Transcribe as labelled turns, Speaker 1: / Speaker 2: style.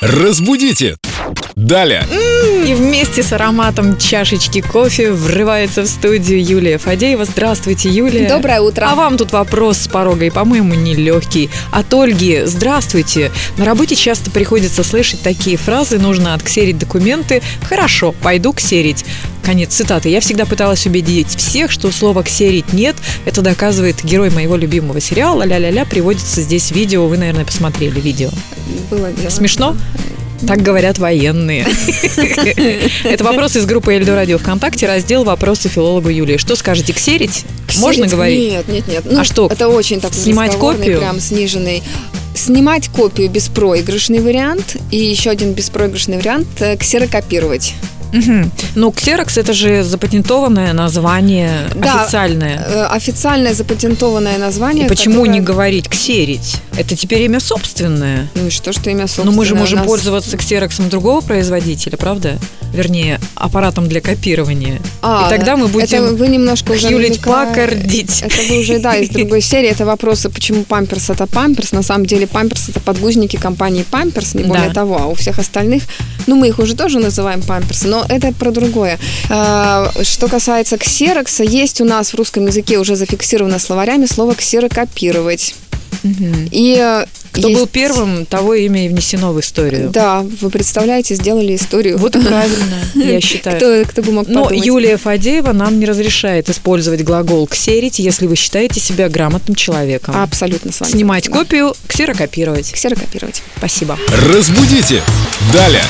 Speaker 1: Разбудите! Далее!
Speaker 2: И вместе с ароматом чашечки кофе врывается в студию Юлия Фадеева. Здравствуйте, Юлия.
Speaker 3: Доброе утро.
Speaker 2: А вам тут вопрос с порога и, по-моему, нелегкий. От Ольги. Здравствуйте. На работе часто приходится слышать такие фразы. Нужно отксерить документы. Хорошо, пойду ксерить. Конец цитаты. Я всегда пыталась убедить всех, что слова «ксерить» нет. Это доказывает герой моего любимого сериала «Ля-ля-ля». Приводится здесь видео. Вы, наверное, посмотрели видео.
Speaker 3: Было дело.
Speaker 2: Смешно? Так говорят военные. Это вопрос из группы Эльдо Радио ВКонтакте, раздел «Вопросы филологу Юлии». Что скажете, ксерить? Можно
Speaker 3: Ксерить?
Speaker 2: говорить?
Speaker 3: Нет, нет, нет. Ну,
Speaker 2: А что,
Speaker 3: Это очень такой
Speaker 2: снимать
Speaker 3: разговорный,
Speaker 2: копию?
Speaker 3: прям сниженный. Снимать копию беспроигрышный вариант. И еще один беспроигрышный вариант – ксерокопировать.
Speaker 2: Мгм. Ну, ксерокс – это же запатентованное название,
Speaker 3: Да.
Speaker 2: официальное.
Speaker 3: Э, Официальное запатентованное
Speaker 2: И
Speaker 3: название.
Speaker 2: почему
Speaker 3: которое-
Speaker 2: не говорить «ксерить»? Это теперь имя собственное.
Speaker 3: Ну и что, что имя
Speaker 2: Но
Speaker 3: собственное
Speaker 2: мы же можем
Speaker 3: у нас?
Speaker 2: пользоваться ксероксом другого производителя, правда? Вернее, аппаратом для копирования.
Speaker 3: А,
Speaker 2: И тогда мы будем
Speaker 3: это вы немножко уже
Speaker 2: Юлить,
Speaker 3: намекаете.
Speaker 2: пакардить.
Speaker 3: Это вы уже, да, из другой серии. Это вопросы, почему памперс это памперс. На самом деле памперс это подгузники компании памперс, не более
Speaker 2: Да.
Speaker 3: того. А у всех остальных, ну, мы их уже тоже называем памперсы, но это про другое. А, Что касается ксерокса, есть у нас в русском языке уже зафиксировано словарями слово ксерокопировать. И э,
Speaker 2: Кто
Speaker 3: есть-
Speaker 2: был первым, того имя и внесено в историю.
Speaker 3: Да, вы представляете, сделали историю.
Speaker 2: Вот и правильно, я считаю.
Speaker 3: Кто, кто бы мог
Speaker 2: Но
Speaker 3: подумать.
Speaker 2: Юлия Фадеева нам не разрешает использовать глагол «ксерить», если вы считаете себя грамотным человеком.
Speaker 3: Абсолютно с вами.
Speaker 2: Снимать
Speaker 3: согласна.
Speaker 2: копию, ксерокопировать.
Speaker 3: Ксерокопировать.
Speaker 2: Спасибо.
Speaker 1: Разбудите! Далее!